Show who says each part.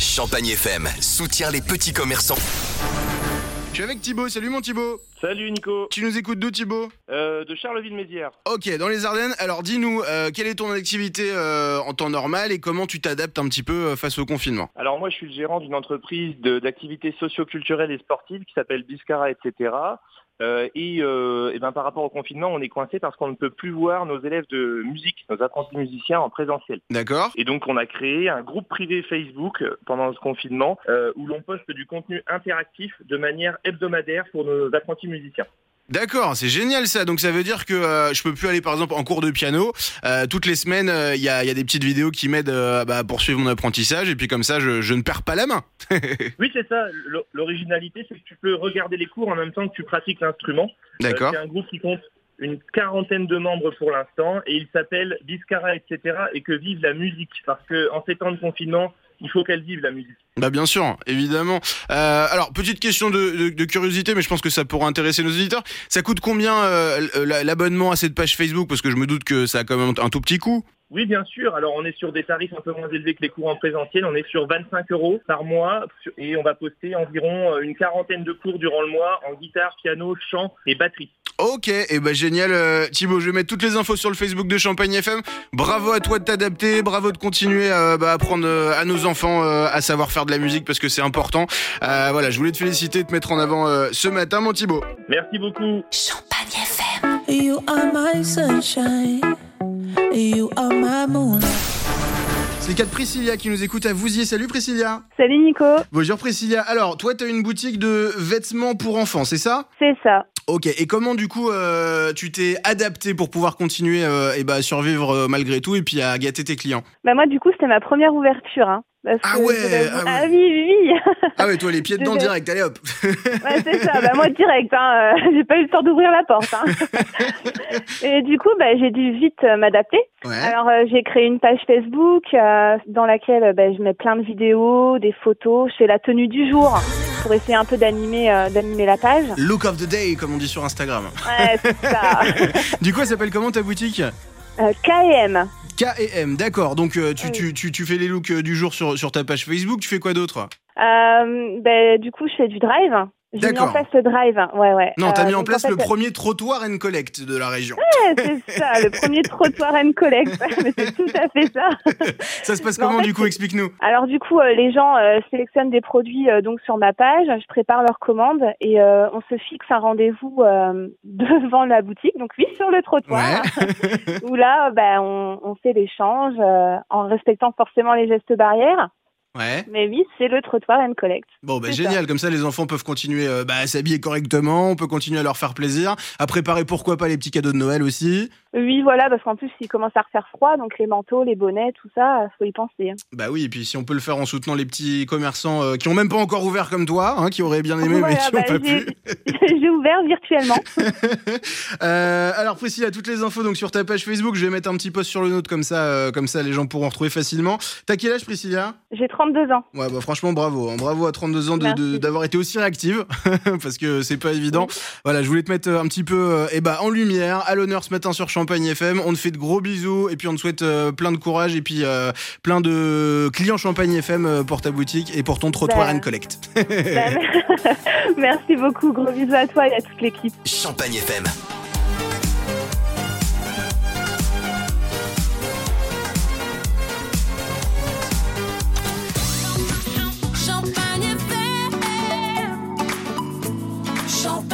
Speaker 1: Champagne FM soutient les petits commerçants.
Speaker 2: Je suis avec Thibaut, salut mon Thibaut
Speaker 3: Salut Nico,
Speaker 2: Tu nous écoutes d'où Thibaut
Speaker 3: Euh, de Charleville-Mézières.
Speaker 2: Ok, dans les Ardennes, alors dis-nous, euh, quelle est ton activité euh, en temps normal et comment tu t'adaptes un petit peu euh, face au confinement
Speaker 3: Alors moi je suis le gérant d'une entreprise de- d'activités socio-culturelles et sportives qui s'appelle Biscara, etc. Euh, et, euh, eh ben, par rapport au confinement, on est coincé parce qu'on ne peut plus voir nos élèves de musique, nos apprentis musiciens en présentiel.
Speaker 2: D'accord
Speaker 3: Et donc on a créé un groupe privé Facebook pendant ce confinement euh, où l'on poste du contenu interactif de manière hebdomadaire pour nos apprentis musiciens.
Speaker 2: D'accord, c'est génial ça, donc ça veut dire que euh, je peux plus aller par exemple en cours de piano, Euh, toutes les semaines euh, il y, a, il y a des petites vidéos qui m'aident euh, bah, à poursuivre mon apprentissage et puis comme ça je, je ne perds pas la main.
Speaker 3: Oui c'est ça, L'o- l'originalité c'est que tu peux regarder les cours en même temps que tu pratiques l'instrument.
Speaker 2: D'accord
Speaker 3: Euh, C'est un groupe qui compte une quarantaine de membres pour l'instant et il s'appelle Biscara, etc. et que vive la musique parce que en ces temps de confinement, il faut qu'elle vive la musique.
Speaker 2: Bah bien sûr, évidemment. Euh, alors petite question de, de- de curiosité, mais je pense que ça pourra intéresser nos auditeurs. Ça coûte combien euh, l- euh, l'abonnement à cette page Facebook Parce que je me doute que ça a quand même un tout petit coût.
Speaker 3: Oui, bien sûr. Alors, on est sur des tarifs un peu moins élevés que les cours en présentiel. On est sur 25 euros par mois sur- et on va poster environ euh, une quarantaine de cours durant le mois en guitare, piano, chant et batterie.
Speaker 2: Ok, et bah génial euh, Thibaut, je vais mettre toutes les infos sur le Facebook de Champagne FM. Bravo à toi de t'adapter, bravo de continuer à bah, apprendre euh, à nos enfants euh, à savoir faire de la musique parce que c'est important. Euh, voilà, je voulais te féliciter, te mettre en avant euh, ce matin mon Thibaut.
Speaker 3: Merci beaucoup.
Speaker 4: Champagne FM.
Speaker 5: You are my sunshine. You are my moon.
Speaker 2: C'est le cas de Priscilla qui nous écoute à Vouziers. Salut Priscilla
Speaker 6: Salut Nico,
Speaker 2: Bonjour Priscilla. Alors, toi, t'as une boutique de vêtements pour enfants, c'est ça
Speaker 6: c'est ça.
Speaker 2: Ok. Et comment, du coup, euh, tu t'es adapté pour pouvoir continuer euh, eh ben, à survivre euh, malgré tout et puis à gâter tes clients
Speaker 6: Bah moi du coup c'était ma première ouverture. hein. Parce
Speaker 2: Ah
Speaker 6: que je
Speaker 2: ouais,
Speaker 6: t'avoue-
Speaker 2: ah ouais.
Speaker 6: ah oui, oui, oui.
Speaker 2: Ah ouais, toi, les pieds dedans
Speaker 6: Je vais-
Speaker 2: direct. Allez hop.
Speaker 6: Ouais, c'est ça, bah moi direct, hein. euh, j'ai pas eu le temps d'ouvrir la porte. hein. Et du coup bah, j'ai dû vite euh, m'adapter.
Speaker 2: Ouais.
Speaker 6: Alors euh, j'ai créé une page Facebook euh, dans laquelle euh, bah, je mets plein de vidéos, des photos, je fais la tenue du jour pour essayer un peu d'animer euh, d'animer la page.
Speaker 2: Look of the day, comme on dit sur Instagram.
Speaker 6: Ouais, c'est ça.
Speaker 2: Du coup, elle s'appelle comment ta boutique
Speaker 6: Euh, KM.
Speaker 2: K&M, d'accord. Donc, euh, tu,
Speaker 6: Oui.
Speaker 2: tu, tu, tu fais les looks euh, du jour sur, sur ta page Facebook. Tu fais quoi d'autre
Speaker 6: Euh, bah, du coup je fais du drive. J'ai mis
Speaker 2: D'accord.
Speaker 6: en place le drive. Ouais, ouais.
Speaker 2: Non, t'as
Speaker 6: Euh,
Speaker 2: mis en
Speaker 6: donc,
Speaker 2: place
Speaker 6: fait,
Speaker 2: le premier trottoir and collect de la région.
Speaker 6: Ouais, c'est ça, le premier trottoir and collect. Mais c'est tout à fait ça.
Speaker 2: Ça se passe
Speaker 6: Mais Bah, en
Speaker 2: comment,
Speaker 6: fait,
Speaker 2: du coup
Speaker 6: c'est-
Speaker 2: Explique-nous.
Speaker 6: Alors du coup, euh, les gens euh, sélectionnent des produits euh, donc sur ma page. Je prépare leur commande et euh, on se fixe un rendez-vous euh, devant la boutique. Donc oui, sur le trottoir. où là, euh, bah, on, on fait l'échange euh, en respectant forcément les gestes barrières.
Speaker 2: Ouais.
Speaker 6: Mais oui, c'est le trottoir and collect.
Speaker 2: Bon, bah,
Speaker 6: C'est
Speaker 2: génial, comme ça les enfants peuvent continuer euh, bah, à s'habiller correctement, on peut continuer à leur faire plaisir, à préparer pourquoi pas les petits cadeaux de Noël aussi.
Speaker 6: Oui, voilà, parce qu'en plus, il commence à refaire froid, donc les manteaux, les bonnets, tout ça, euh, faut y penser.
Speaker 2: Bah oui, et puis si on peut le faire en soutenant les petits commerçants euh, qui ont même pas encore ouvert comme toi, hein, qui auraient bien aimé mais
Speaker 6: Voilà,
Speaker 2: qui
Speaker 6: bah,
Speaker 2: ont pas
Speaker 6: j'ai-
Speaker 2: pu.
Speaker 6: J'ai ouvert virtuellement.
Speaker 2: Euh, alors Priscilla, toutes les infos donc sur ta page Facebook, je vais mettre un petit post sur le nôtre comme ça, euh, comme ça les gens pourront retrouver facilement. T'as quel âge Priscilla
Speaker 6: J'ai 32 ans.
Speaker 2: Ouais, bah franchement, bravo. hein. Bravo à 32 ans de- de-
Speaker 6: Merci.
Speaker 2: d'avoir été aussi réactive, parce que c'est pas évident. Voilà, je voulais te mettre euh, un petit peu euh, eh ben, en lumière, à l'honneur ce matin sur Champagne FM. On te fait de gros bisous, et puis on te souhaite euh, plein de courage, et puis euh, plein de clients Champagne FM euh, pour ta boutique et pour ton trottoir
Speaker 6: Bah.
Speaker 2: and collect.
Speaker 6: Bah, Merci beaucoup. Gros bisous à toi et à toute l'équipe.
Speaker 1: Champagne FM.
Speaker 4: Champagne FM. Champagne